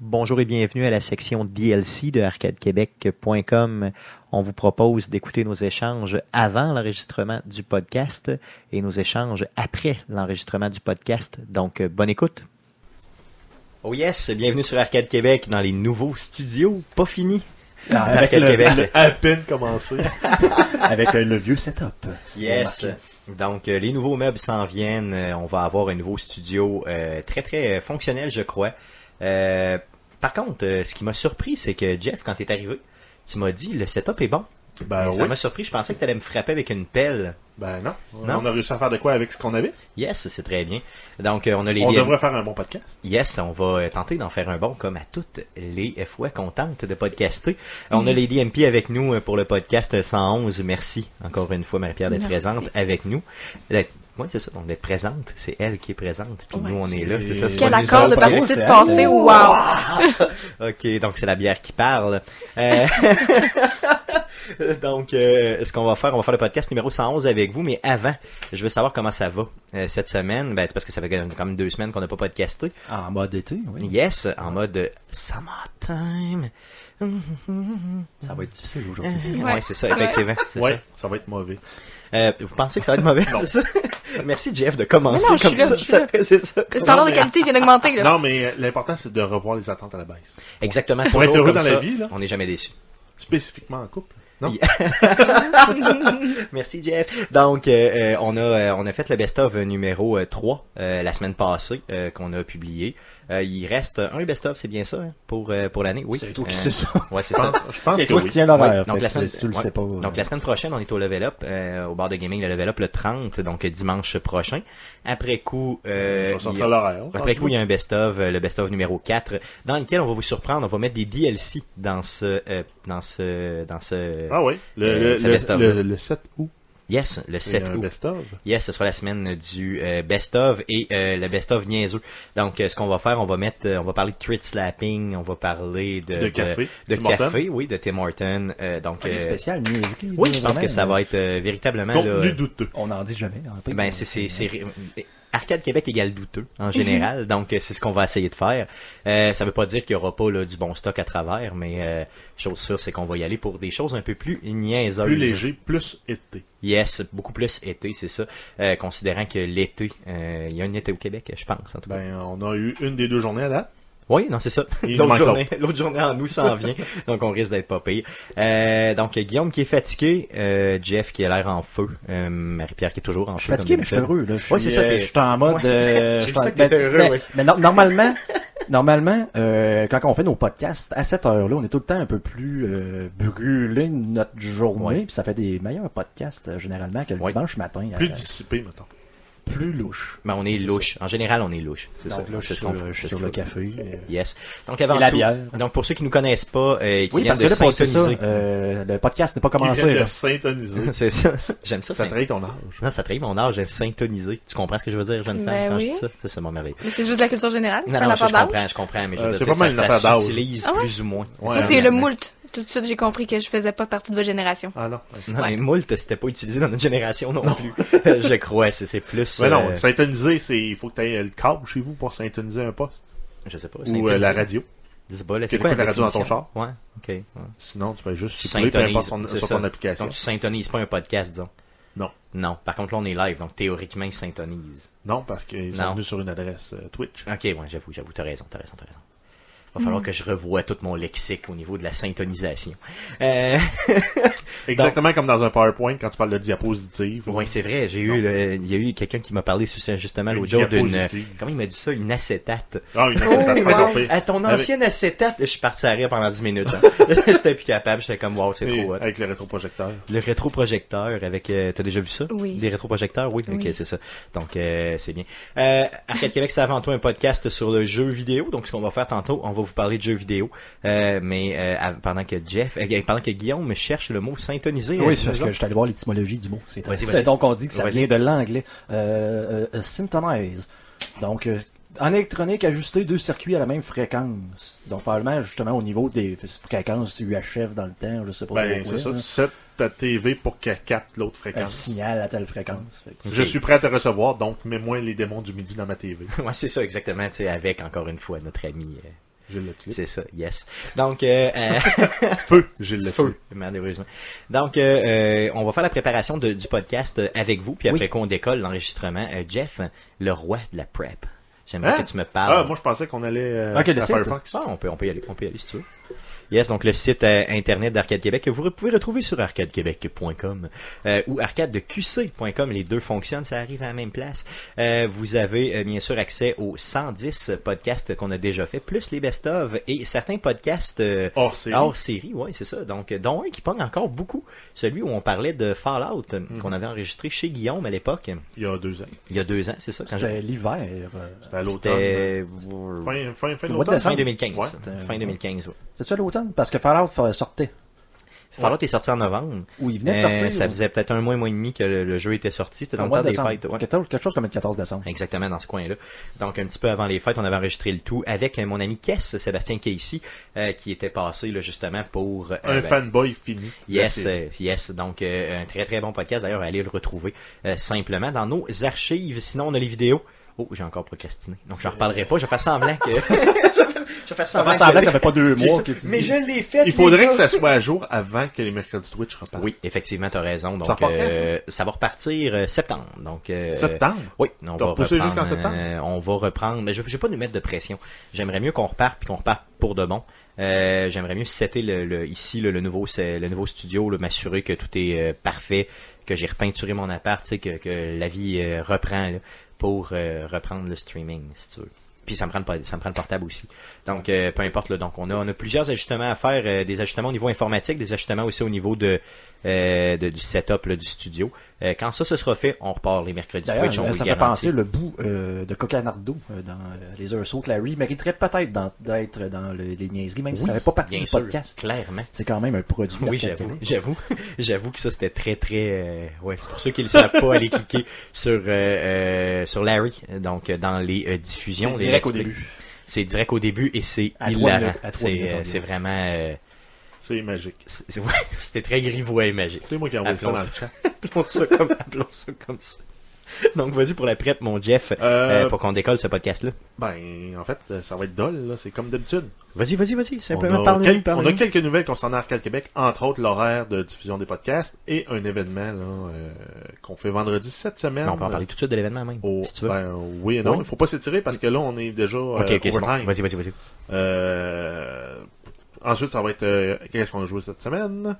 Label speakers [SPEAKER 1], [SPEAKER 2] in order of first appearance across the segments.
[SPEAKER 1] Bonjour et bienvenue à la section DLC de arcadequebec.com. On vous propose d'écouter nos échanges avant l'enregistrement du podcast et nos échanges après l'enregistrement du podcast. Donc, euh, bonne écoute. Oh yes, bienvenue sur Arcade Québec dans les nouveaux studios, pas finis.
[SPEAKER 2] Avec
[SPEAKER 1] Arcade
[SPEAKER 2] le,
[SPEAKER 1] Québec.
[SPEAKER 2] le- à peine commencé. Avec euh, le vieux setup.
[SPEAKER 1] Yes.
[SPEAKER 2] Remarqué.
[SPEAKER 1] Donc, euh, les nouveaux meubles s'en viennent. Euh, on va avoir un nouveau studio euh, très, très euh, fonctionnel, je crois. Euh, par contre, euh, ce qui m'a surpris, c'est que Jeff, quand t'es arrivé, tu m'as dit le setup est bon.
[SPEAKER 2] Ben
[SPEAKER 1] Et
[SPEAKER 2] oui.
[SPEAKER 1] Ça m'a surpris. Je pensais que t'allais me frapper avec une pelle.
[SPEAKER 2] Ben non.
[SPEAKER 1] Non.
[SPEAKER 2] On a réussi à faire de quoi avec ce qu'on avait?
[SPEAKER 1] Yes, c'est très bien. Donc, euh, on a les
[SPEAKER 2] on
[SPEAKER 1] liens-
[SPEAKER 2] devrait faire un bon podcast.
[SPEAKER 1] Yes, on va euh, tenter d'en faire un bon comme à toutes les fois qu'on tente de podcaster.
[SPEAKER 3] Mm-hmm.
[SPEAKER 1] On a les DMP avec nous euh, pour le podcast 111. Merci encore une fois Marie-Pierre d'être
[SPEAKER 3] Merci.
[SPEAKER 1] présente avec nous. Oui, c'est ça, donc d'être présente, c'est elle qui est présente, puis
[SPEAKER 3] Ouais,
[SPEAKER 1] nous on est
[SPEAKER 2] c'est-
[SPEAKER 1] là, c'est ça. c'est
[SPEAKER 2] Quel
[SPEAKER 3] Quel
[SPEAKER 1] pas nous
[SPEAKER 3] accord de
[SPEAKER 1] autres.
[SPEAKER 2] partie
[SPEAKER 3] partie de
[SPEAKER 2] c'est-
[SPEAKER 3] pensée, wow!
[SPEAKER 1] Ok, donc c'est la bière qui parle. Euh, donc, euh, ce qu'on va faire, on va faire le podcast numéro 111 avec vous, mais avant, je veux savoir comment ça va euh, cette semaine, ben, parce que ça fait quand même deux semaines qu'on n'a pas podcasté.
[SPEAKER 4] Ah, En mode été, oui.
[SPEAKER 1] Yes, en mode euh, summertime.
[SPEAKER 4] Ça va être difficile aujourd'hui.
[SPEAKER 1] Ouais,
[SPEAKER 3] Ouais.
[SPEAKER 1] c'est ça,
[SPEAKER 3] Ouais.
[SPEAKER 1] effectivement. c'est
[SPEAKER 2] Ouais,
[SPEAKER 1] ça.
[SPEAKER 2] ça. va être mauvais.
[SPEAKER 1] Euh, vous pensez que ça va être mauvais, c'est ça? Merci Jeff de commencer
[SPEAKER 3] Mais non, je
[SPEAKER 1] comme
[SPEAKER 3] suis là,
[SPEAKER 1] ça.
[SPEAKER 3] je suis
[SPEAKER 1] ça
[SPEAKER 3] là.
[SPEAKER 1] fait- c'est ça.
[SPEAKER 3] Le standard de qualité vient d'augmenter, là.
[SPEAKER 2] Non, mais euh, l'important, c'est de revoir les attentes à la baisse.
[SPEAKER 1] Exactement.
[SPEAKER 2] Pour être
[SPEAKER 1] toujours
[SPEAKER 2] heureux
[SPEAKER 1] comme
[SPEAKER 2] dans la
[SPEAKER 1] ça,
[SPEAKER 2] vie, là.
[SPEAKER 1] On n'est jamais déçu.
[SPEAKER 2] Spécifiquement en couple. Non?
[SPEAKER 1] Yeah. Merci Jeff. Donc euh, euh, on a euh, on a fait le best-of numéro euh, 3 euh, la semaine passée euh, qu'on a publié. Euh, il reste un best-of, c'est bien ça hein, pour euh, pour l'année. Oui.
[SPEAKER 4] C'est toi qui
[SPEAKER 1] Euh,
[SPEAKER 4] sais ça.
[SPEAKER 1] Ouais, c'est
[SPEAKER 2] Je
[SPEAKER 1] ça.
[SPEAKER 2] pense, je pense
[SPEAKER 4] C'est
[SPEAKER 2] que
[SPEAKER 4] toi qui
[SPEAKER 2] oui.
[SPEAKER 4] tiens
[SPEAKER 1] Ouais,
[SPEAKER 4] l'horaire.
[SPEAKER 1] donc,
[SPEAKER 4] fait
[SPEAKER 1] la
[SPEAKER 4] que
[SPEAKER 1] semaine,
[SPEAKER 4] si tu le
[SPEAKER 1] ouais.
[SPEAKER 4] sais pas.
[SPEAKER 1] donc la semaine prochaine, on est au level up, euh, au bar de gaming, le level up le 30, donc euh, dimanche prochain. Après coup, euh,
[SPEAKER 2] Je vais
[SPEAKER 1] il y
[SPEAKER 2] sortir
[SPEAKER 1] a-
[SPEAKER 2] l'horaire.
[SPEAKER 1] après coup, il y a un best-of, euh, le best-of numéro 4, dans lequel on va vous surprendre, on va mettre des DLC dans ce, euh, dans ce, dans ce,
[SPEAKER 2] Ah oui. Le,
[SPEAKER 1] Euh,
[SPEAKER 2] le-
[SPEAKER 1] c'est
[SPEAKER 2] le-
[SPEAKER 1] best-of.
[SPEAKER 2] le- le 7 août.
[SPEAKER 1] yes, le
[SPEAKER 2] C'est
[SPEAKER 1] 7
[SPEAKER 2] un
[SPEAKER 1] août.
[SPEAKER 2] best-of.
[SPEAKER 1] Yes, ce sera la semaine du euh, Best of et euh, le Best of niaiseux. Donc, euh, ce qu'on va faire, on va mettre, euh, on va parler de treat slapping, on va parler de,
[SPEAKER 2] De café.
[SPEAKER 1] Euh, de,
[SPEAKER 2] Tim Ah,
[SPEAKER 1] café, oui, de Tim Horton. Euh, donc, euh,
[SPEAKER 4] spécial,
[SPEAKER 1] oui, je pense que ça va être euh, véritablement. là,
[SPEAKER 2] Contenu douteux.
[SPEAKER 4] On n'en dit jamais. on a pas
[SPEAKER 1] ben,
[SPEAKER 4] eu-
[SPEAKER 1] c'est, c'est, c'est- Arcade Québec égale douteux en général, donc euh, c'est ce qu'on va essayer de faire. Euh, ça veut pas dire qu'il y aura pas là, du bon stock à travers, mais euh, chose sûre, c'est qu'on va y aller pour des choses un peu plus niaiseuses.
[SPEAKER 2] Plus léger, plus été.
[SPEAKER 1] Yes, beaucoup plus été, c'est ça. Euh, considérant que l'été, euh, il y a un été au Québec, je pense, en tout cas.
[SPEAKER 2] Ben, on a eu une des deux journées là.
[SPEAKER 1] Oui, non, c'est ça.
[SPEAKER 2] Il
[SPEAKER 1] L'autre
[SPEAKER 2] manque
[SPEAKER 1] journée, l'autre journée en nous s'en vient, donc on risque d'être pas pire. Euh, donc Guillaume qui est fatigué, euh, Jeff qui a l'air en feu, euh, Marie-Pierre qui est toujours en
[SPEAKER 4] Je suis
[SPEAKER 1] feu.
[SPEAKER 4] fatigué,
[SPEAKER 1] comme
[SPEAKER 4] mais je suis
[SPEAKER 1] d'habitude.
[SPEAKER 4] heureux. Là. Je suis,
[SPEAKER 1] Ouais, c'est ça,
[SPEAKER 4] euh,
[SPEAKER 1] t'es-
[SPEAKER 4] je suis en mode.
[SPEAKER 1] Ouais.
[SPEAKER 4] euh,
[SPEAKER 1] J'ai
[SPEAKER 4] je suis
[SPEAKER 1] vu
[SPEAKER 4] en-
[SPEAKER 1] ça que t'étais
[SPEAKER 4] ben-
[SPEAKER 1] heureux,
[SPEAKER 4] ben-
[SPEAKER 1] ouais.
[SPEAKER 4] Mais non- normalement, normalement euh, quand on fait nos podcasts, à cette heure-là, on est tout le temps un peu plus euh, brûlé de notre journée.
[SPEAKER 1] Ouais.
[SPEAKER 4] Puis ça fait des meilleurs podcasts, euh, généralement, que le
[SPEAKER 1] Ouais.
[SPEAKER 4] dimanche matin.
[SPEAKER 2] Plus
[SPEAKER 4] euh,
[SPEAKER 2] dissipé, mettons.
[SPEAKER 4] plus louche.
[SPEAKER 1] Mais on est louche. En général, on est louche. C'est ça.
[SPEAKER 4] Donc là, je
[SPEAKER 1] C'est
[SPEAKER 4] suis
[SPEAKER 1] ce qu'on
[SPEAKER 4] sur,
[SPEAKER 1] fait.
[SPEAKER 4] je suis
[SPEAKER 1] C'est
[SPEAKER 4] sur
[SPEAKER 1] ce
[SPEAKER 4] le
[SPEAKER 1] qu'on fait.
[SPEAKER 4] café. euh,
[SPEAKER 1] Yes. Donc avant
[SPEAKER 4] Et la
[SPEAKER 1] tout,
[SPEAKER 4] bière.
[SPEAKER 1] donc pour ceux qui nous connaissent pas euh, et qui
[SPEAKER 4] Oui,
[SPEAKER 1] viennent
[SPEAKER 4] parce que
[SPEAKER 1] de
[SPEAKER 4] là, pour c'est ça,
[SPEAKER 1] s'intoniser,
[SPEAKER 4] euh, le podcast n'est pas
[SPEAKER 2] Qui
[SPEAKER 4] commencé.
[SPEAKER 2] vient de
[SPEAKER 4] là.
[SPEAKER 2] s'intoniser.
[SPEAKER 1] c'est ça. J'aime ça.
[SPEAKER 2] Ça
[SPEAKER 1] c'est-
[SPEAKER 2] trahit ton âge.
[SPEAKER 1] Non, ça trahit mon âge, j'ai syntonisé. Tu comprends ce que je veux dire, jeune femme,
[SPEAKER 3] Ben
[SPEAKER 1] quand je
[SPEAKER 3] oui.
[SPEAKER 1] dis ça? Ça, c'est mon merveille.
[SPEAKER 3] Mais c'est juste la culture générale, c'est
[SPEAKER 1] Non,
[SPEAKER 3] pas
[SPEAKER 1] non,
[SPEAKER 3] la
[SPEAKER 1] je, je
[SPEAKER 3] part d'âge.
[SPEAKER 1] comprends, je comprends, mais je
[SPEAKER 2] Euh,
[SPEAKER 1] veux
[SPEAKER 2] c'est
[SPEAKER 1] dire,
[SPEAKER 2] pas mal une
[SPEAKER 1] ça, ça
[SPEAKER 2] affaire d'âge.
[SPEAKER 1] s'utilise
[SPEAKER 3] Ah ouais?
[SPEAKER 1] plus ou moins.
[SPEAKER 2] Ouais.
[SPEAKER 3] Moi, c'est le
[SPEAKER 1] Finalement.
[SPEAKER 3] moult. Tout de suite, j'ai compris que je faisais pas partie de votre génération.
[SPEAKER 2] Ah non.
[SPEAKER 1] Non,
[SPEAKER 3] Ouais.
[SPEAKER 1] mais moult, c'était pas utilisé dans notre génération non, plus. Euh, je crois, c'est c'est plus...
[SPEAKER 2] Mais non,
[SPEAKER 1] euh,
[SPEAKER 2] syntoniser, c'est il faut que tu aies le câble chez vous pour syntoniser un poste.
[SPEAKER 1] je sais pas.
[SPEAKER 2] Ou euh,
[SPEAKER 1] syntoniser.
[SPEAKER 2] la radio.
[SPEAKER 1] Je sais pas, là,
[SPEAKER 2] Tu
[SPEAKER 1] c'est quoi
[SPEAKER 2] écoutes la radio dans ton
[SPEAKER 1] définition? Ouais, ok. ouais.
[SPEAKER 2] Sinon, tu peux juste
[SPEAKER 1] Tu
[SPEAKER 2] supprimer peu importe
[SPEAKER 1] syntonises,
[SPEAKER 2] ton-
[SPEAKER 1] c'est
[SPEAKER 2] sur
[SPEAKER 1] ça.
[SPEAKER 2] ton application.
[SPEAKER 1] Donc, tu syntonises pas un podcast, disons.
[SPEAKER 2] Non.
[SPEAKER 1] Non. Par contre, là, on est live, donc théoriquement, ils syntonisent.
[SPEAKER 2] Non, parce qu'ils
[SPEAKER 1] Non.
[SPEAKER 2] sont venus sur une adresse euh, Twitch.
[SPEAKER 1] Ok, ouais, j'avoue, j'avoue, t'as raison, t'as raison, t'as raison. Va
[SPEAKER 2] Hmm.
[SPEAKER 1] falloir que je revoie tout mon lexique au niveau de la syntonisation. Euh...
[SPEAKER 2] Exactement comme dans un PowerPoint quand tu parles de diapositive.
[SPEAKER 1] Oui, c'est vrai. J'ai eu, le- il y a eu quelqu'un qui m'a parlé sur ça, justement
[SPEAKER 2] Une
[SPEAKER 1] l'autre jour d'une,
[SPEAKER 2] diapositive.
[SPEAKER 1] comment il m'a dit ça, une acétate.
[SPEAKER 2] Ah, une acceptation,
[SPEAKER 1] Ouais.
[SPEAKER 2] pas pire.
[SPEAKER 1] À ton
[SPEAKER 2] Avec-
[SPEAKER 1] ancienne acétate, je suis parti à rire pendant 10 minutes. hein. J'étais plus capable, j'étais comme wow, c'est
[SPEAKER 2] Et
[SPEAKER 1] trop hot.
[SPEAKER 2] Avec le rétroprojecteur.
[SPEAKER 1] Le rétroprojecteur avec, euh, t'as déjà vu ça
[SPEAKER 3] Oui.
[SPEAKER 1] Les rétroprojecteurs, oui.
[SPEAKER 3] Oui.
[SPEAKER 1] Ok, c'est ça. Donc euh, c'est bien. Euh, Arcade Québec, c'est avant tout un podcast sur le jeu vidéo. Donc ce qu'on va faire tantôt, on va vous parler de jeux vidéo. Euh, mais euh, av- pendant que Jeff, euh, pendant que Guillaume cherche le mot syntoniser.
[SPEAKER 4] Oui,
[SPEAKER 1] euh,
[SPEAKER 4] c'est parce
[SPEAKER 1] nous
[SPEAKER 4] que je suis allé voir l'étymologie du mot. C'est
[SPEAKER 1] Vas-y,
[SPEAKER 4] c'est
[SPEAKER 1] vas-y.
[SPEAKER 4] donc on dit que ça
[SPEAKER 1] Vas-y.
[SPEAKER 4] vient de l'anglais. Euh, euh, euh, synthonize. Donc, euh, en électronique, ajuster deux circuits à la même fréquence. Donc, probablement, justement, au niveau des fréquences UHF dans le temps, je sais pas.
[SPEAKER 2] Ben,
[SPEAKER 4] trop quoi,
[SPEAKER 2] c'est ça.
[SPEAKER 4] là.
[SPEAKER 2] Tu set ta TV pour qu'elle capte l'autre
[SPEAKER 1] Ah,
[SPEAKER 4] Un
[SPEAKER 2] fréquence.
[SPEAKER 4] signal à telle fréquence. Fait que-
[SPEAKER 2] Je suis prêt à te recevoir, donc mets-moi les démons du midi dans ma TV.
[SPEAKER 1] Ouais, c'est ça, exactement, tu sais, avec, encore une fois, notre ami euh,
[SPEAKER 2] Gilles le tue.
[SPEAKER 1] C'est ça, yes. Donc, euh, euh,
[SPEAKER 2] Feu, Gilles le tue.
[SPEAKER 1] feu, malheureusement. Donc, euh, euh, on va faire la préparation de- du podcast euh, avec vous, puis après qu'on décolle l'enregistrement, euh, Jeff, le roi de la prep. J'aimerais
[SPEAKER 2] Hein?
[SPEAKER 1] que tu me
[SPEAKER 2] Ah,
[SPEAKER 1] parles.
[SPEAKER 2] moi je pensais qu'on allait euh,
[SPEAKER 4] Ok, le
[SPEAKER 2] à
[SPEAKER 4] site.
[SPEAKER 2] Firefox.
[SPEAKER 1] Ah, on peut, on peut y aller, on peut y aller si tu veux. Yes, donc le site euh, internet d'Arcade Québec que vous re- pouvez retrouver sur arcadequebec.com euh, ou arcadeqc.com, les deux fonctionnent, ça arrive à la même place. Euh, vous avez euh, bien sûr accès aux 110 podcasts qu'on a déjà fait, plus les best-of et certains podcasts euh,
[SPEAKER 2] Hors série.
[SPEAKER 1] hors série, ouais, c'est ça. Donc, euh, dont un qui pogne encore beaucoup, celui où on parlait de Fallout euh,
[SPEAKER 4] Mhm.
[SPEAKER 1] qu'on avait enregistré chez Guillaume à l'époque,
[SPEAKER 2] Il y a deux ans.
[SPEAKER 1] il y a deux ans, c'est ça. quand j'ai-
[SPEAKER 4] C'était l'hiver. euh,
[SPEAKER 2] C'était à l'automne.
[SPEAKER 1] C'était
[SPEAKER 2] Fin, fin, fin de
[SPEAKER 4] Mois
[SPEAKER 2] l'automne.
[SPEAKER 4] de
[SPEAKER 1] fin
[SPEAKER 4] décembre.
[SPEAKER 1] 2015.
[SPEAKER 2] Ouais.
[SPEAKER 1] Fin 2015, ouais.
[SPEAKER 4] C'était-tu à l'automne? Parce que Fallout euh, sortait.
[SPEAKER 1] Fallout est sorti en novembre.
[SPEAKER 4] Ou il venait de
[SPEAKER 1] Euh,
[SPEAKER 4] sortir.
[SPEAKER 1] ça
[SPEAKER 4] ou-
[SPEAKER 1] faisait peut-être un mois, un mois et demi que le, le jeu était sorti. C'était
[SPEAKER 4] C'était
[SPEAKER 1] dans
[SPEAKER 4] au
[SPEAKER 1] le
[SPEAKER 4] mois
[SPEAKER 1] temps
[SPEAKER 4] de
[SPEAKER 1] des
[SPEAKER 4] décembre.
[SPEAKER 1] fêtes. ouais.
[SPEAKER 4] Quelque- Quelque chose comme le 14 décembre.
[SPEAKER 1] Exactement, dans ce coin-là. Donc, un petit peu avant les fêtes, on avait enregistré le tout avec euh, mon ami Kess, Sébastien Casey, euh, qui était passé là, justement pour... euh,
[SPEAKER 2] Un
[SPEAKER 1] ben,
[SPEAKER 2] fanboy fini.
[SPEAKER 1] Yes,
[SPEAKER 2] Merci.
[SPEAKER 1] euh, yes. Donc, euh, un très très bon podcast. D'ailleurs, allez le retrouver euh, simplement dans nos archives. Sinon, on a les vidéos. Oh, j'ai encore procrastiné. Donc, je reparlerai pas. Je vais faire semblant que... je vais faire- je vais faire
[SPEAKER 4] Ça
[SPEAKER 1] semblant
[SPEAKER 4] fait semblant que ça
[SPEAKER 1] que-
[SPEAKER 4] fait pas deux
[SPEAKER 1] C'est
[SPEAKER 4] mois
[SPEAKER 1] ça.
[SPEAKER 4] que tu
[SPEAKER 1] Mais
[SPEAKER 4] dis.
[SPEAKER 1] je l'ai fait. les
[SPEAKER 2] Il faudrait
[SPEAKER 1] gars.
[SPEAKER 2] que ça soit à jour avant que les mercredis Twitch repartent.
[SPEAKER 1] Oui, effectivement, t'as raison. Donc,
[SPEAKER 2] Ça
[SPEAKER 1] ça,
[SPEAKER 2] repart quand,
[SPEAKER 1] ça va repartir euh, septembre. Donc, euh,
[SPEAKER 2] Septembre?
[SPEAKER 1] Oui, on
[SPEAKER 2] T'as
[SPEAKER 1] va
[SPEAKER 2] repoussé
[SPEAKER 1] reprendre.
[SPEAKER 2] jusqu'en septembre?
[SPEAKER 1] euh, on va reprendre. Mais je vais pas nous mettre de pression. J'aimerais mieux qu'on reparte puis qu'on reparte pour de bon. Euh, J'aimerais mieux setter le, le- ici le, le nouveau c'est- le nouveau studio, là, m'assurer que tout est euh, parfait, que j'ai repeinturé mon appart, tu sais, que, que la vie euh, reprend là, pour euh, reprendre le streaming, si tu veux. Puis ça me prend le, pod- ça me prend le portable aussi. Donc euh, peu importe là, donc on a on a plusieurs ajustements à faire, euh, des ajustements au niveau informatique, des ajustements aussi au niveau de, euh, de- du setup là, du studio. Euh, quand ça ce sera fait, on repart les mercredis
[SPEAKER 4] D'ailleurs,
[SPEAKER 1] Twitch, on
[SPEAKER 4] euh,
[SPEAKER 1] vous
[SPEAKER 4] ça
[SPEAKER 1] le
[SPEAKER 4] fait
[SPEAKER 1] garantit.
[SPEAKER 4] penser le bout euh, de Cocanardo euh, dans euh, Les Heures Sauts, Larry mériterait peut-être d'en- d'être dans le- les niaiseries, même si ça
[SPEAKER 1] Oui,
[SPEAKER 4] n'avait pas parti
[SPEAKER 1] bien
[SPEAKER 4] du
[SPEAKER 1] sûr,
[SPEAKER 4] podcast.
[SPEAKER 1] clairement.
[SPEAKER 4] C'est quand même un produit.
[SPEAKER 1] Oui,
[SPEAKER 4] d'Arcade
[SPEAKER 1] j'avoue,
[SPEAKER 4] Québec.
[SPEAKER 1] j'avoue, j'avoue que ça c'était très très euh, ouais, pour ceux qui le savent pas allez cliquer sur euh, euh, sur Larry donc euh, dans les euh, diffusions,
[SPEAKER 4] C'est
[SPEAKER 1] les
[SPEAKER 4] direct au
[SPEAKER 1] let's play.
[SPEAKER 4] début.
[SPEAKER 1] C'est direct au début et c'est
[SPEAKER 4] À trois
[SPEAKER 1] hilarant.
[SPEAKER 4] minutes, à trois
[SPEAKER 1] C'est
[SPEAKER 4] minutes
[SPEAKER 1] euh,
[SPEAKER 4] environ.
[SPEAKER 1] c'est vraiment euh,
[SPEAKER 2] C'est magique.
[SPEAKER 1] c'est- c'est- ouais, c'était très grivois et magique.
[SPEAKER 2] C'est moi qui ai envoyé ça
[SPEAKER 1] Appelons
[SPEAKER 2] dans le
[SPEAKER 1] ça.
[SPEAKER 2] chat.
[SPEAKER 1] appelons ça comme appelons ça comme ça. Donc vas-y pour la prep mon Jeff euh,
[SPEAKER 2] Euh,
[SPEAKER 1] pour qu'on décolle ce podcast là.
[SPEAKER 2] Ben, en fait, euh, ça va être dol, là. C'est comme d'habitude.
[SPEAKER 1] Vas-y vas-y vas-y simplement
[SPEAKER 2] On, a
[SPEAKER 1] parle-nous.
[SPEAKER 2] quel-
[SPEAKER 1] parle-nous.
[SPEAKER 2] on a quelques nouvelles concernant Arcade Québec, entre autres l'horaire de diffusion des podcasts et un événement là, euh, qu'on fait vendredi cette semaine.
[SPEAKER 1] Non, Ben, on peut en parler tout de suite de l'événement même
[SPEAKER 2] euh, Au-
[SPEAKER 1] si tu veux.
[SPEAKER 2] ben, oui et non. Il
[SPEAKER 1] Oui.
[SPEAKER 2] faut pas s'étirer parce que là, on est déjà euh,
[SPEAKER 1] ok ok c'est bon.
[SPEAKER 2] overtime.
[SPEAKER 1] vas-y vas-y vas-y.
[SPEAKER 2] Euh, ensuite, ça va être euh, qu'est-ce qu'on a joué cette semaine.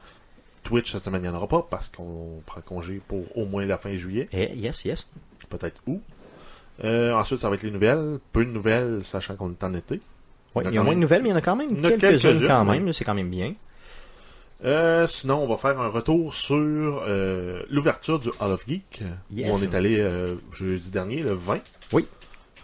[SPEAKER 2] Twitch cette semaine, il n'y en aura pas parce qu'on prend congé pour au moins la fin juillet,
[SPEAKER 1] Eh, yes yes.
[SPEAKER 2] peut-être août. Euh, ensuite, ça va être les nouvelles. Peu de nouvelles, sachant qu'on est en été.
[SPEAKER 1] Oui,
[SPEAKER 2] Il y en a
[SPEAKER 1] il y en
[SPEAKER 2] quand
[SPEAKER 1] a moins
[SPEAKER 2] même-
[SPEAKER 1] de nouvelles, mais il y en a quand même
[SPEAKER 2] Il y en a
[SPEAKER 1] quelques-unes
[SPEAKER 2] quelques-unes,
[SPEAKER 1] quand
[SPEAKER 2] oui.
[SPEAKER 1] même. là, C'est quand même bien.
[SPEAKER 2] Euh, sinon, on va faire un retour sur euh, l'ouverture du Hall of Geek.
[SPEAKER 1] Yes.
[SPEAKER 2] Où on est allé euh, jeudi dernier, le 20.
[SPEAKER 1] Oui.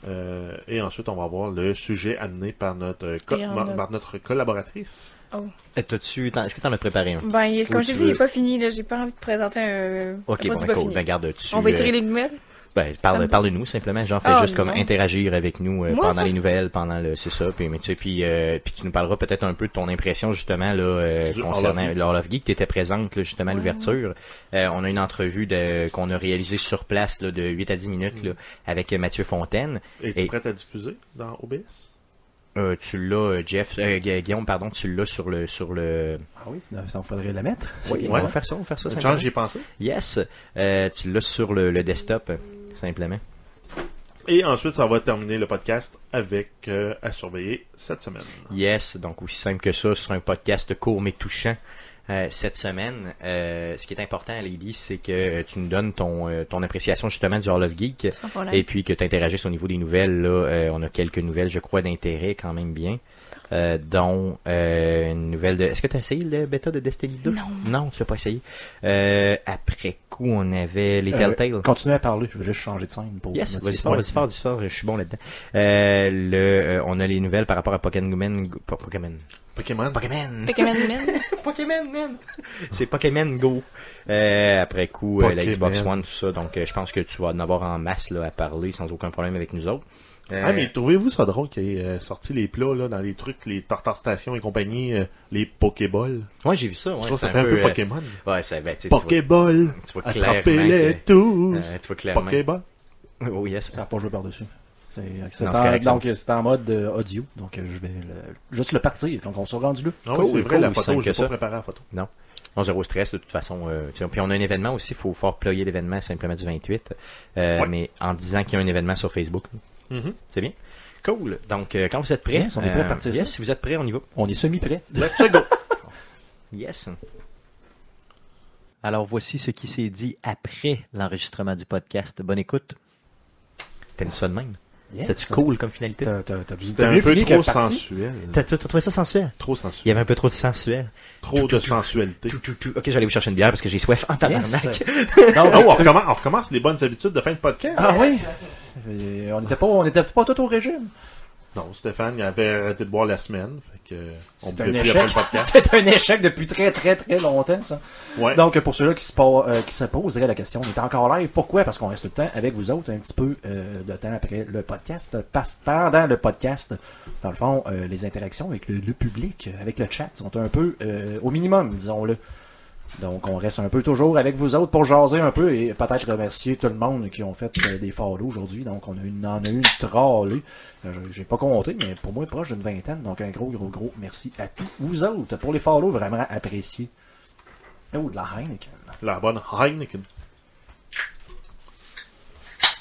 [SPEAKER 2] Euh, et ensuite, on va voir le sujet amené par notre, euh, co-
[SPEAKER 3] Et on
[SPEAKER 2] ma-
[SPEAKER 3] a-
[SPEAKER 2] par notre collaboratrice.
[SPEAKER 1] Euh, T'as-tu, t'en- est-ce que t'en as préparé un?
[SPEAKER 3] Ben, il- comme
[SPEAKER 1] Oui,
[SPEAKER 3] j'ai
[SPEAKER 1] tu
[SPEAKER 3] dit, il
[SPEAKER 1] veux.
[SPEAKER 3] est pas fini, là. J'ai pas envie de présenter un.
[SPEAKER 1] Ok, bon,
[SPEAKER 3] un produit
[SPEAKER 1] ben,
[SPEAKER 3] pas
[SPEAKER 1] cool.
[SPEAKER 3] fini.
[SPEAKER 1] Ben, garde, tu,
[SPEAKER 3] On va étirer
[SPEAKER 1] euh,
[SPEAKER 3] les nouvelles.
[SPEAKER 1] ben,
[SPEAKER 3] Ça
[SPEAKER 1] parle,
[SPEAKER 3] me-
[SPEAKER 1] parle-nous simplement. Genre, fais
[SPEAKER 3] Ah,
[SPEAKER 1] juste comme
[SPEAKER 3] non.
[SPEAKER 1] interagir avec nous euh,
[SPEAKER 3] Moi,
[SPEAKER 1] pendant
[SPEAKER 3] ça?
[SPEAKER 1] les nouvelles, pendant le, c'est ça. Puis, mais, tu sais, puis, euh, puis tu nous parleras peut-être un peu de ton impression justement là euh,
[SPEAKER 2] Du Hall
[SPEAKER 1] concernant
[SPEAKER 2] of Geek.
[SPEAKER 1] le Hall of Geek. T'étais présente là, justement à
[SPEAKER 3] Ouais.
[SPEAKER 1] l'ouverture. Euh, on a une entrevue de, qu'on a réalisée sur place là, de 8 à 10
[SPEAKER 2] Mm.
[SPEAKER 1] minutes là, avec euh, Mathieu Fontaine.
[SPEAKER 2] Es-tu
[SPEAKER 1] Et-
[SPEAKER 2] prête à diffuser dans OBS?
[SPEAKER 1] Euh, tu l'as, euh, Jeff, euh, Gu- Guillaume, pardon, tu l'as sur le, sur le.
[SPEAKER 2] Ah oui.
[SPEAKER 4] Euh, Ça, faudrait le mettre.
[SPEAKER 1] Oui,
[SPEAKER 2] ouais.
[SPEAKER 1] on va faire ça, on va faire ça. simplement.
[SPEAKER 2] Charles, j'y ai pensé.
[SPEAKER 1] Yes, euh, tu l'as sur le, le desktop, euh, simplement.
[SPEAKER 2] Et ensuite, ça va terminer le podcast avec euh, à surveiller cette semaine.
[SPEAKER 1] Yes, donc aussi simple que ça, ce sera un podcast court mais touchant. euh, cette semaine, Euh, ce qui est important, Lady, c'est que euh, tu nous donnes ton, euh, ton appréciation justement du Hall of Geek
[SPEAKER 3] Sans problème.
[SPEAKER 1] et puis que tu interagisses au niveau des nouvelles. Là, Euh, on a quelques nouvelles, je crois, d'intérêt quand même bien, euh, dont euh, une nouvelle de... Est-ce que tu as essayé le bêta de Destiny 2?
[SPEAKER 3] Non.
[SPEAKER 1] Non, tu l'as pas essayé. Euh, après coup, on avait les
[SPEAKER 4] Euh,
[SPEAKER 1] Telltale.
[SPEAKER 4] Continuez à parler. Je vais juste changer de scène pour.
[SPEAKER 1] Yes,
[SPEAKER 4] motiver.
[SPEAKER 1] vas-y fort,
[SPEAKER 4] Ouais.
[SPEAKER 1] vas-y fort, vas-y fort, je suis bon là-dedans. Euh, le, euh, on a les nouvelles par rapport à Pokémon, Go- pas Pokémon,
[SPEAKER 2] Pokémon.
[SPEAKER 1] Pokémon,
[SPEAKER 3] Fait que, man, man,
[SPEAKER 1] Pokémon, man. C'est Pokémon Go. Euh, après coup, euh, la
[SPEAKER 2] Pokémon.
[SPEAKER 1] Xbox One, tout ça, donc euh, je pense que tu vas en avoir en masse là à parler sans aucun problème avec nous autres. Euh,
[SPEAKER 2] Ah, mais trouvez-vous ça drôle qu'il ait euh, sorti les plats là, dans les trucs, les tartares stations et compagnie, euh, les Pokéballs?
[SPEAKER 1] Ouais, j'ai vu ça.
[SPEAKER 2] je
[SPEAKER 1] Ouais,
[SPEAKER 2] trouve que
[SPEAKER 1] c'est
[SPEAKER 2] ça fait un peu
[SPEAKER 1] euh,
[SPEAKER 2] Pokémon.
[SPEAKER 1] Ouais, ça ben, tu sais, tu vois-
[SPEAKER 2] Pokéball!
[SPEAKER 1] tu vois clairement.
[SPEAKER 2] Attrapez-les
[SPEAKER 1] que-
[SPEAKER 2] tous!
[SPEAKER 1] euh, tu vois clairement.
[SPEAKER 2] Pokéball!
[SPEAKER 1] Oh yes.
[SPEAKER 4] Ça n'a pas joué par-dessus. C'est c'est
[SPEAKER 1] Non,
[SPEAKER 4] en,
[SPEAKER 1] c'est correct, ça.
[SPEAKER 4] donc, c'est en mode euh, audio, donc euh, je vais le- juste le partir. Donc on s'est rendu là.
[SPEAKER 2] Non,
[SPEAKER 1] Cool,
[SPEAKER 2] Ah c'est vrai, la
[SPEAKER 1] cool,
[SPEAKER 2] photo,
[SPEAKER 1] simple
[SPEAKER 2] j'ai
[SPEAKER 1] que
[SPEAKER 2] pas
[SPEAKER 1] ça.
[SPEAKER 2] préparé la photo.
[SPEAKER 1] Non, zéro stress, de toute façon. euh, tu sais, puis on a un événement aussi, il faut fort ployer l'événement simplement du 28. euh,
[SPEAKER 2] Ouais.
[SPEAKER 1] Mais en disant qu'il y a un événement sur Facebook.
[SPEAKER 2] Mhm.
[SPEAKER 1] C'est bien. Cool. Donc, euh, quand vous êtes prêts,
[SPEAKER 4] Yes, on est prêts à partir
[SPEAKER 1] yes,
[SPEAKER 4] ça.
[SPEAKER 1] si vous êtes prêts, on y va.
[SPEAKER 4] On est semi-prêt.
[SPEAKER 2] Let's go!
[SPEAKER 1] Yes. Alors, voici ce qui s'est dit après l'enregistrement du podcast. Bonne écoute. T'aimes ça de même? C'est-tu cool comme finalité?
[SPEAKER 4] T'as t'as- t'as-
[SPEAKER 2] C'était
[SPEAKER 4] t'as
[SPEAKER 2] un
[SPEAKER 4] mieux
[SPEAKER 2] peu
[SPEAKER 4] fini que
[SPEAKER 2] trop
[SPEAKER 4] parti.
[SPEAKER 2] sensuel.
[SPEAKER 1] T'as t'as trouvé ça sensuel?
[SPEAKER 2] Trop
[SPEAKER 1] Il y
[SPEAKER 2] sensuel.
[SPEAKER 1] avait un peu trop de sensuel.
[SPEAKER 2] Trop de sensualité.
[SPEAKER 1] Tout, tout, tout. Ok, j'allais vous chercher une bière parce que j'ai soif en tabarnak.
[SPEAKER 4] Yes. Donc,
[SPEAKER 2] Oh, on recommence, on recommence les bonnes habitudes de fin de podcast.
[SPEAKER 4] Ah oui? Euh, On n'était pas, on était pas tout au régime.
[SPEAKER 2] Non, Stéphane, il avait arrêté de boire la semaine. Fait que, euh, on
[SPEAKER 4] C'est
[SPEAKER 2] pouvait
[SPEAKER 4] un
[SPEAKER 2] plus après
[SPEAKER 4] échec.
[SPEAKER 2] le podcast.
[SPEAKER 4] C'est un échec depuis très très très longtemps ça.
[SPEAKER 2] Ouais.
[SPEAKER 4] Donc pour ceux-là qui se, po- euh, qui se poseraient la question, on est encore live. Pourquoi? Parce qu'on reste tout le temps avec vous autres un petit peu euh, de temps après le podcast. Parce- pendant le podcast, dans le fond, euh, les interactions avec le, le public, euh, avec le chat, sont un peu euh, au minimum, disons-le. Donc on reste un peu toujours avec vous autres pour jaser un peu et peut-être remercier tout le monde qui ont fait euh, des follow aujourd'hui. Donc on a une, on en a une trollée. Euh, je- J'ai pas compté, mais pour moi proche d'une vingtaine. Donc un gros gros gros merci à tous vous autres pour les follow vraiment appréciés. Oh, de la Heineken.
[SPEAKER 2] La bonne Heineken.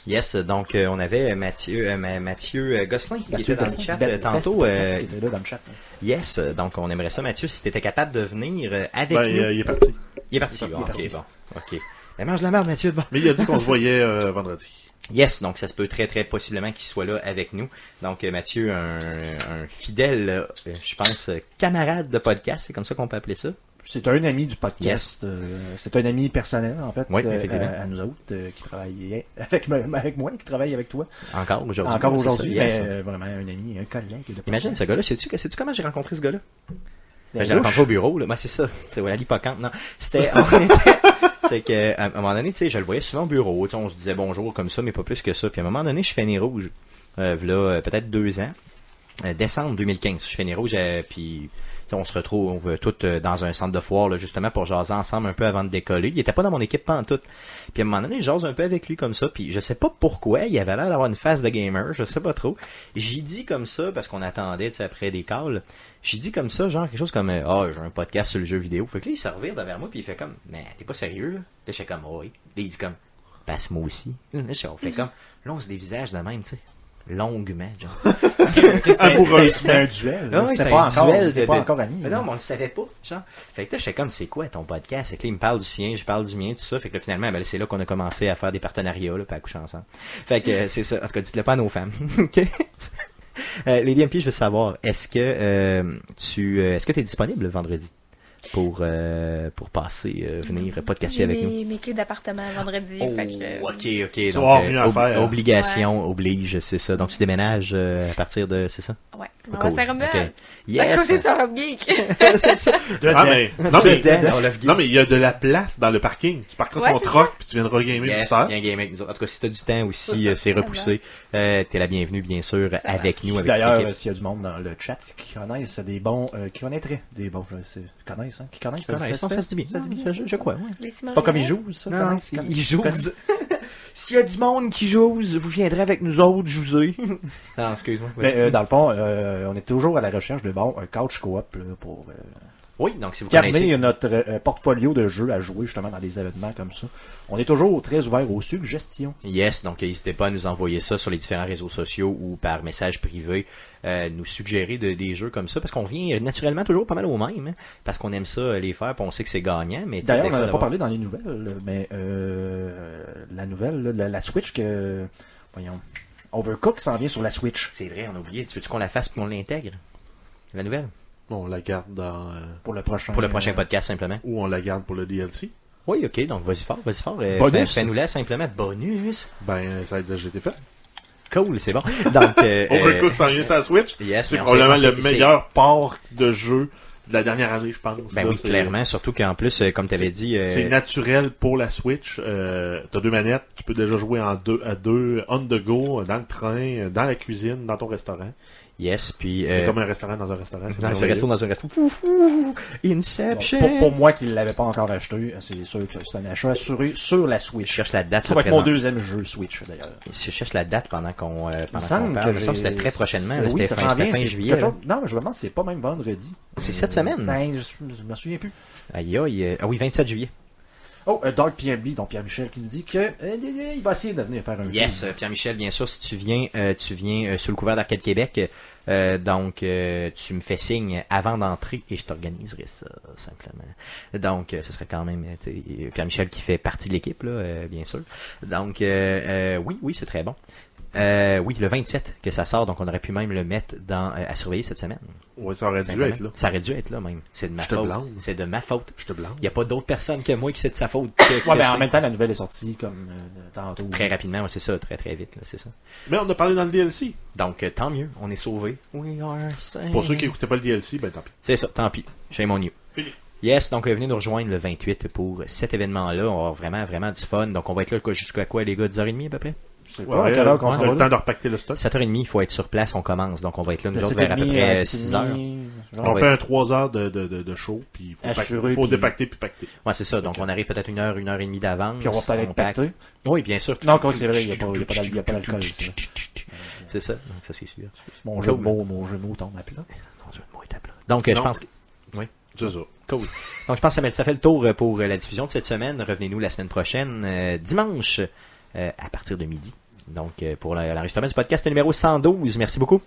[SPEAKER 1] Yes, donc euh, on avait Mathieu, euh, Ma- Mathieu euh, Gosselin qui
[SPEAKER 4] Mathieu
[SPEAKER 1] était dans le
[SPEAKER 4] Gosselin,
[SPEAKER 1] chat
[SPEAKER 4] Beth
[SPEAKER 1] euh,
[SPEAKER 4] Best
[SPEAKER 1] tantôt.
[SPEAKER 4] Podcast,
[SPEAKER 1] euh,
[SPEAKER 4] qui était là dans le chat.
[SPEAKER 1] yes, donc on aimerait ça, Mathieu, si t'étais capable de venir euh, avec
[SPEAKER 2] Ben,
[SPEAKER 1] nous.
[SPEAKER 2] euh, il est parti.
[SPEAKER 1] il est parti.
[SPEAKER 4] il est
[SPEAKER 1] bon,
[SPEAKER 4] parti.
[SPEAKER 1] ok, bon. Ok. Ben, mange de la merde, Mathieu. Bon.
[SPEAKER 2] Mais il a dit qu'on se voyait euh, vendredi.
[SPEAKER 1] Yes, donc ça se peut très très possiblement qu'il soit là avec nous. Donc euh, Mathieu, un, un fidèle, euh, je pense, euh, camarade de podcast, c'est comme ça qu'on peut appeler ça.
[SPEAKER 4] C'est un ami du podcast. euh, c'est un ami personnel, en fait,
[SPEAKER 1] Oui,
[SPEAKER 4] euh,
[SPEAKER 1] effectivement.
[SPEAKER 4] à, à nous autres, euh, qui travaillait avec, me- avec moi, qui travaille avec toi.
[SPEAKER 1] Encore aujourd'hui.
[SPEAKER 4] Encore
[SPEAKER 1] c'est ça,
[SPEAKER 4] aujourd'hui,
[SPEAKER 1] yes.
[SPEAKER 4] mais euh, vraiment un ami, un collègue. de
[SPEAKER 1] Imagine
[SPEAKER 4] podcast.
[SPEAKER 1] ce gars-là, sais-tu, que- sais-tu comment j'ai rencontré ce gars-là?
[SPEAKER 4] Des
[SPEAKER 1] Ben, j'ai
[SPEAKER 4] louches.
[SPEAKER 1] rencontré au bureau, là. Moi, c'est ça. C'est ouais, à l'hippocampe, non. C'était, on était- c'est que, à un moment donné, tu sais, je le voyais souvent au bureau, tu sais, on se disait bonjour comme ça, mais pas plus que ça. Puis à un moment donné, je fais nez rouge, euh, v'là, euh, peut-être deux ans, euh, décembre 2015, je fais nez rouge, euh, puis tu sais, on se retrouve euh, tous euh, dans un centre de foire, là, justement, pour jaser ensemble un peu avant de décoller. Il était pas dans mon équipe pantoute. Puis à un moment donné, je jase un peu avec lui comme ça, puis je sais pas pourquoi, il avait l'air d'avoir une face de gamer, je sais pas trop. J'y dis comme ça, parce qu'on attendait, tu sais, après des calls, j'ai dit comme ça, genre quelque chose comme euh, Ah, j'ai un podcast sur le jeu vidéo. Fait que là, il se revire derrière moi, puis il fait comme Mais t'es pas sérieux, là Là, je fais comme Oui. Là, il dit comme Passe-moi aussi. Là, je fais, on fait comme Là, on se dévisage de même, tu sais. Longuement, genre.
[SPEAKER 4] C'était-
[SPEAKER 2] Amoureusement.
[SPEAKER 4] C'était c'était Ah, un duel. là.
[SPEAKER 1] Ah oui,
[SPEAKER 4] C'était
[SPEAKER 1] c'était
[SPEAKER 4] pas
[SPEAKER 1] un
[SPEAKER 4] encore-
[SPEAKER 1] duel
[SPEAKER 4] c'était
[SPEAKER 1] de-
[SPEAKER 4] pas
[SPEAKER 1] de-
[SPEAKER 4] encore ami.
[SPEAKER 1] Mais non, mais on le savait pas, genre. Fait que là, j'étais comme, c'est quoi ton podcast? Fait que là, il me parle du sien, je parle du mien, tout ça. Fait que là, finalement, ben, là, c'est là qu'on a commencé à faire des partenariats, là, puis à coucher ensemble. Fait que euh, c'est ça. En tout cas, dites-le pas à nos femmes. OK? Euh, Lady MP, je veux savoir, est-ce que euh, tu euh, est-ce que tu es disponible le vendredi pour euh, pour passer euh, venir podcaster
[SPEAKER 3] J'ai
[SPEAKER 1] avec nous?
[SPEAKER 3] mes, mes clés d'appartement vendredi.
[SPEAKER 1] Oh,
[SPEAKER 3] fait que, euh,
[SPEAKER 1] ok, ok. Donc,
[SPEAKER 2] avoir
[SPEAKER 1] euh,
[SPEAKER 2] mieux à
[SPEAKER 1] ob-
[SPEAKER 4] hein.
[SPEAKER 2] faire.
[SPEAKER 1] obligation oblige, c'est ça. Donc tu déménages euh, à partir de, c'est ça?
[SPEAKER 3] Ouais. On va
[SPEAKER 1] Cool.
[SPEAKER 3] s'en remettre.
[SPEAKER 1] Ok.
[SPEAKER 3] À
[SPEAKER 1] Yes!
[SPEAKER 3] côté de Sarah Geek.
[SPEAKER 1] C'est ça.
[SPEAKER 2] Ah, mais, non, mais,
[SPEAKER 1] Dedans, on l'a vu.
[SPEAKER 2] non, mais il y a de la place dans le parking. Tu parqueras
[SPEAKER 3] Ouais,
[SPEAKER 2] ton
[SPEAKER 3] c'est
[SPEAKER 2] truck, puis tu viens de regamer
[SPEAKER 1] Yes,
[SPEAKER 2] plus tard.
[SPEAKER 1] bien gamé avec nous autres. En tout cas, si t'as du temps aussi, euh, c'est repoussé. Euh, t'es la bienvenue, bien sûr, avec nous,
[SPEAKER 4] Puis
[SPEAKER 1] avec
[SPEAKER 4] D'ailleurs,
[SPEAKER 1] l'équipe.
[SPEAKER 4] euh, s'il y a du monde dans le chat qui connaissent des bons, euh, qui connaîtraient des bons, je sais, qui connaissent, hein, qui connaissent,
[SPEAKER 1] Ça,
[SPEAKER 4] se fait?
[SPEAKER 1] se dit bien.
[SPEAKER 4] ça se dit
[SPEAKER 1] Je, je crois, ouais.
[SPEAKER 3] Les
[SPEAKER 4] C'est pas comme ils jouent, ça.
[SPEAKER 1] Non,
[SPEAKER 4] connaissent,
[SPEAKER 1] non,
[SPEAKER 4] connaissent.
[SPEAKER 1] ils jouent. S'il y a du monde qui joue, vous viendrez avec nous autres jouer. non, Ah, excuse-moi.
[SPEAKER 4] Mais euh, dans le fond, euh, on est toujours à la recherche de bon un couch coop là, pour euh,
[SPEAKER 1] oui, donc si vous connaissez...
[SPEAKER 4] garder notre euh, portfolio de jeux à jouer justement dans des événements comme ça. On est toujours très ouvert aux suggestions.
[SPEAKER 1] Yes, donc n'hésitez pas à nous envoyer ça sur les différents réseaux sociaux ou par message privé, euh, nous suggérer de- des jeux comme ça, parce qu'on vient euh, naturellement toujours pas mal au même, hein, parce qu'on aime ça euh, les faire, puis on sait que c'est gagnant, mais... tu sais,
[SPEAKER 4] D'ailleurs,
[SPEAKER 1] des fois,
[SPEAKER 4] on n'en a pas
[SPEAKER 1] d'avoir-
[SPEAKER 4] parlé dans les nouvelles, mais euh, la nouvelle, là, la, la Switch que voyons, Overcook s'en vient sur la Switch
[SPEAKER 1] C'est vrai, on a oublié. Tu veux qu'on la fasse puis qu'on l'intègre? La nouvelle?
[SPEAKER 2] Bon, on la garde dans, euh,
[SPEAKER 4] pour le prochain.
[SPEAKER 1] Pour le prochain
[SPEAKER 4] euh,
[SPEAKER 1] podcast, simplement.
[SPEAKER 2] ou on la garde pour le DLC.
[SPEAKER 1] Oui, ok, donc vas-y fort, vas-y fort. Euh,
[SPEAKER 4] Bonus.
[SPEAKER 1] fais- Fais-nous là simplement. Bonus.
[SPEAKER 2] Ben, ça a déjà été fait.
[SPEAKER 1] Euh, Cool, c'est bon. Donc, euh,
[SPEAKER 2] Overcooked s'en vient sur la Switch.
[SPEAKER 1] euh, yes,
[SPEAKER 2] C'est
[SPEAKER 1] mais on
[SPEAKER 2] probablement
[SPEAKER 1] sait- on
[SPEAKER 2] le
[SPEAKER 1] sait-
[SPEAKER 2] meilleur port de jeu de la dernière année, je pense.
[SPEAKER 1] Ben
[SPEAKER 2] Là,
[SPEAKER 1] oui,
[SPEAKER 2] c'est-
[SPEAKER 1] clairement, surtout qu'en plus, euh, comme tu avais dit, euh,
[SPEAKER 2] C'est naturel pour la Switch. Euh, T'as deux manettes, tu peux déjà jouer en deux à deux, on the go, dans le train, dans la cuisine, dans ton restaurant.
[SPEAKER 1] Yes, puis...
[SPEAKER 2] C'est
[SPEAKER 1] euh,
[SPEAKER 2] comme un restaurant dans un restaurant. c'est
[SPEAKER 1] dans un
[SPEAKER 2] merveilleux.
[SPEAKER 1] resto, dans un resto. Fou, fou,
[SPEAKER 4] Bon,
[SPEAKER 1] Inception!
[SPEAKER 4] pour, pour moi qui ne l'avais pas encore acheté, c'est sûr que c'est un achat assuré sur la
[SPEAKER 1] Je
[SPEAKER 4] Switch.
[SPEAKER 1] cherche la date.
[SPEAKER 4] Ça va être mon
[SPEAKER 1] pendant-
[SPEAKER 4] deuxième jeu Switch d'ailleurs.
[SPEAKER 1] Je cherche la date pendant qu'on euh, pendant
[SPEAKER 4] semble
[SPEAKER 1] qu'on parle.
[SPEAKER 4] que
[SPEAKER 1] Il me semble que
[SPEAKER 4] j'ai-
[SPEAKER 1] c'était très prochainement. là,
[SPEAKER 4] Oui,
[SPEAKER 1] c'était
[SPEAKER 4] ça
[SPEAKER 1] fin,
[SPEAKER 4] s'en
[SPEAKER 1] c'était
[SPEAKER 4] vient.
[SPEAKER 1] fin
[SPEAKER 4] c'est
[SPEAKER 1] juillet.
[SPEAKER 4] quelque
[SPEAKER 1] là.
[SPEAKER 4] chose- Non, mais je me demande si c'est pas même vendredi.
[SPEAKER 1] C'est cette semaine.
[SPEAKER 4] Ben, je, je me souviens plus.
[SPEAKER 1] Aïe, aïe, euh, Ah oui, 27 juillet.
[SPEAKER 4] Oh, euh, Dark PMB, donc Pierre-Michel, qui nous dit que euh, euh, il va essayer de venir faire un
[SPEAKER 1] Yes, euh, Pierre-Michel, bien sûr, si tu viens, euh, tu viens euh, sous le couvert d'Arcade Québec. euh, donc, euh, tu me fais signe avant d'entrer et je t'organiserai ça, simplement. Donc, euh, ce serait quand même euh, tu sais, euh, Pierre-Michel qui fait partie de l'équipe, là, euh, bien sûr. Donc, euh, euh, oui, oui, c'est très bon. Euh, oui, le 27 que ça sort, donc on aurait pu même le mettre dans euh, à surveiller cette semaine.
[SPEAKER 2] Ouais, ça aurait dû
[SPEAKER 1] Simplement.
[SPEAKER 2] être là.
[SPEAKER 1] Ça aurait dû être là même. C'est de ma
[SPEAKER 2] Je te
[SPEAKER 1] faute.
[SPEAKER 2] blâme.
[SPEAKER 1] C'est de ma faute.
[SPEAKER 2] Je te blâme.
[SPEAKER 1] Il n'y a pas d'autre personne que moi qui c'est de sa faute. que- que
[SPEAKER 4] Ouais, mais en
[SPEAKER 1] c'est.
[SPEAKER 4] même temps, la nouvelle est sortie comme euh, tantôt.
[SPEAKER 1] Très rapidement, ouais, c'est ça, très très vite, là, c'est ça.
[SPEAKER 2] Mais on a parlé dans le DLC.
[SPEAKER 1] Donc euh, tant mieux, on est sauvés. We are safe.
[SPEAKER 2] Pour ceux qui n'écoutaient pas le DLC, ben tant pis.
[SPEAKER 1] C'est ça, tant pis. J'ai mon you.
[SPEAKER 2] Fini.
[SPEAKER 1] Yes, donc euh, venez nous rejoindre le 28 pour cet événement-là. On va avoir vraiment, vraiment du fun. Donc on va être là quoi, jusqu'à quoi les gars, 10h30 à peu près?
[SPEAKER 4] Je sais
[SPEAKER 2] Ouais,
[SPEAKER 4] pas à quelle
[SPEAKER 2] euh,
[SPEAKER 4] heure qu'on
[SPEAKER 2] on
[SPEAKER 4] se
[SPEAKER 2] a le
[SPEAKER 4] voit.
[SPEAKER 2] temps de repacter le stock.
[SPEAKER 1] 7h30, il faut être sur place, on commence. Donc on va être là nous
[SPEAKER 4] De
[SPEAKER 1] autres, vers à peu
[SPEAKER 4] 7h30
[SPEAKER 1] près
[SPEAKER 4] à
[SPEAKER 1] 6h.
[SPEAKER 4] 10h30, genre.
[SPEAKER 2] On
[SPEAKER 1] Ouais.
[SPEAKER 2] fait un 3 heures de, de, de, de show, puis il faut,
[SPEAKER 4] Assuré,
[SPEAKER 2] pack- faut
[SPEAKER 4] puis-
[SPEAKER 2] dépacter puis pacter.
[SPEAKER 1] Ouais, c'est ça. Donc on arrive peut-être une heure, une heure et demie d'avance.
[SPEAKER 4] Puis on va peut-être être
[SPEAKER 1] pack.
[SPEAKER 4] pacté.
[SPEAKER 1] Oui, bien sûr.
[SPEAKER 4] Non, quoi que c'est vrai, il n'y a pas il y a pas d'al- il y a pas d'alcool. c'est
[SPEAKER 1] C'est
[SPEAKER 4] ça.
[SPEAKER 1] ça, donc ça c'est sûr.
[SPEAKER 4] Mon jeu de
[SPEAKER 1] Cool.
[SPEAKER 4] mots, mon jeu de mots tombe à plat.
[SPEAKER 1] Mon Dieu, le mot est à plat. Donc euh, je
[SPEAKER 2] Non.
[SPEAKER 1] pense que
[SPEAKER 2] C'est ça.
[SPEAKER 1] Cool. Donc, je pense que ça met- ça fait le tour euh, pour euh, la diffusion de cette semaine. Revenez-nous la semaine prochaine, euh, dimanche, euh, à partir de midi. Donc, euh, pour la- l'enregistrement du podcast numéro 112. Merci beaucoup.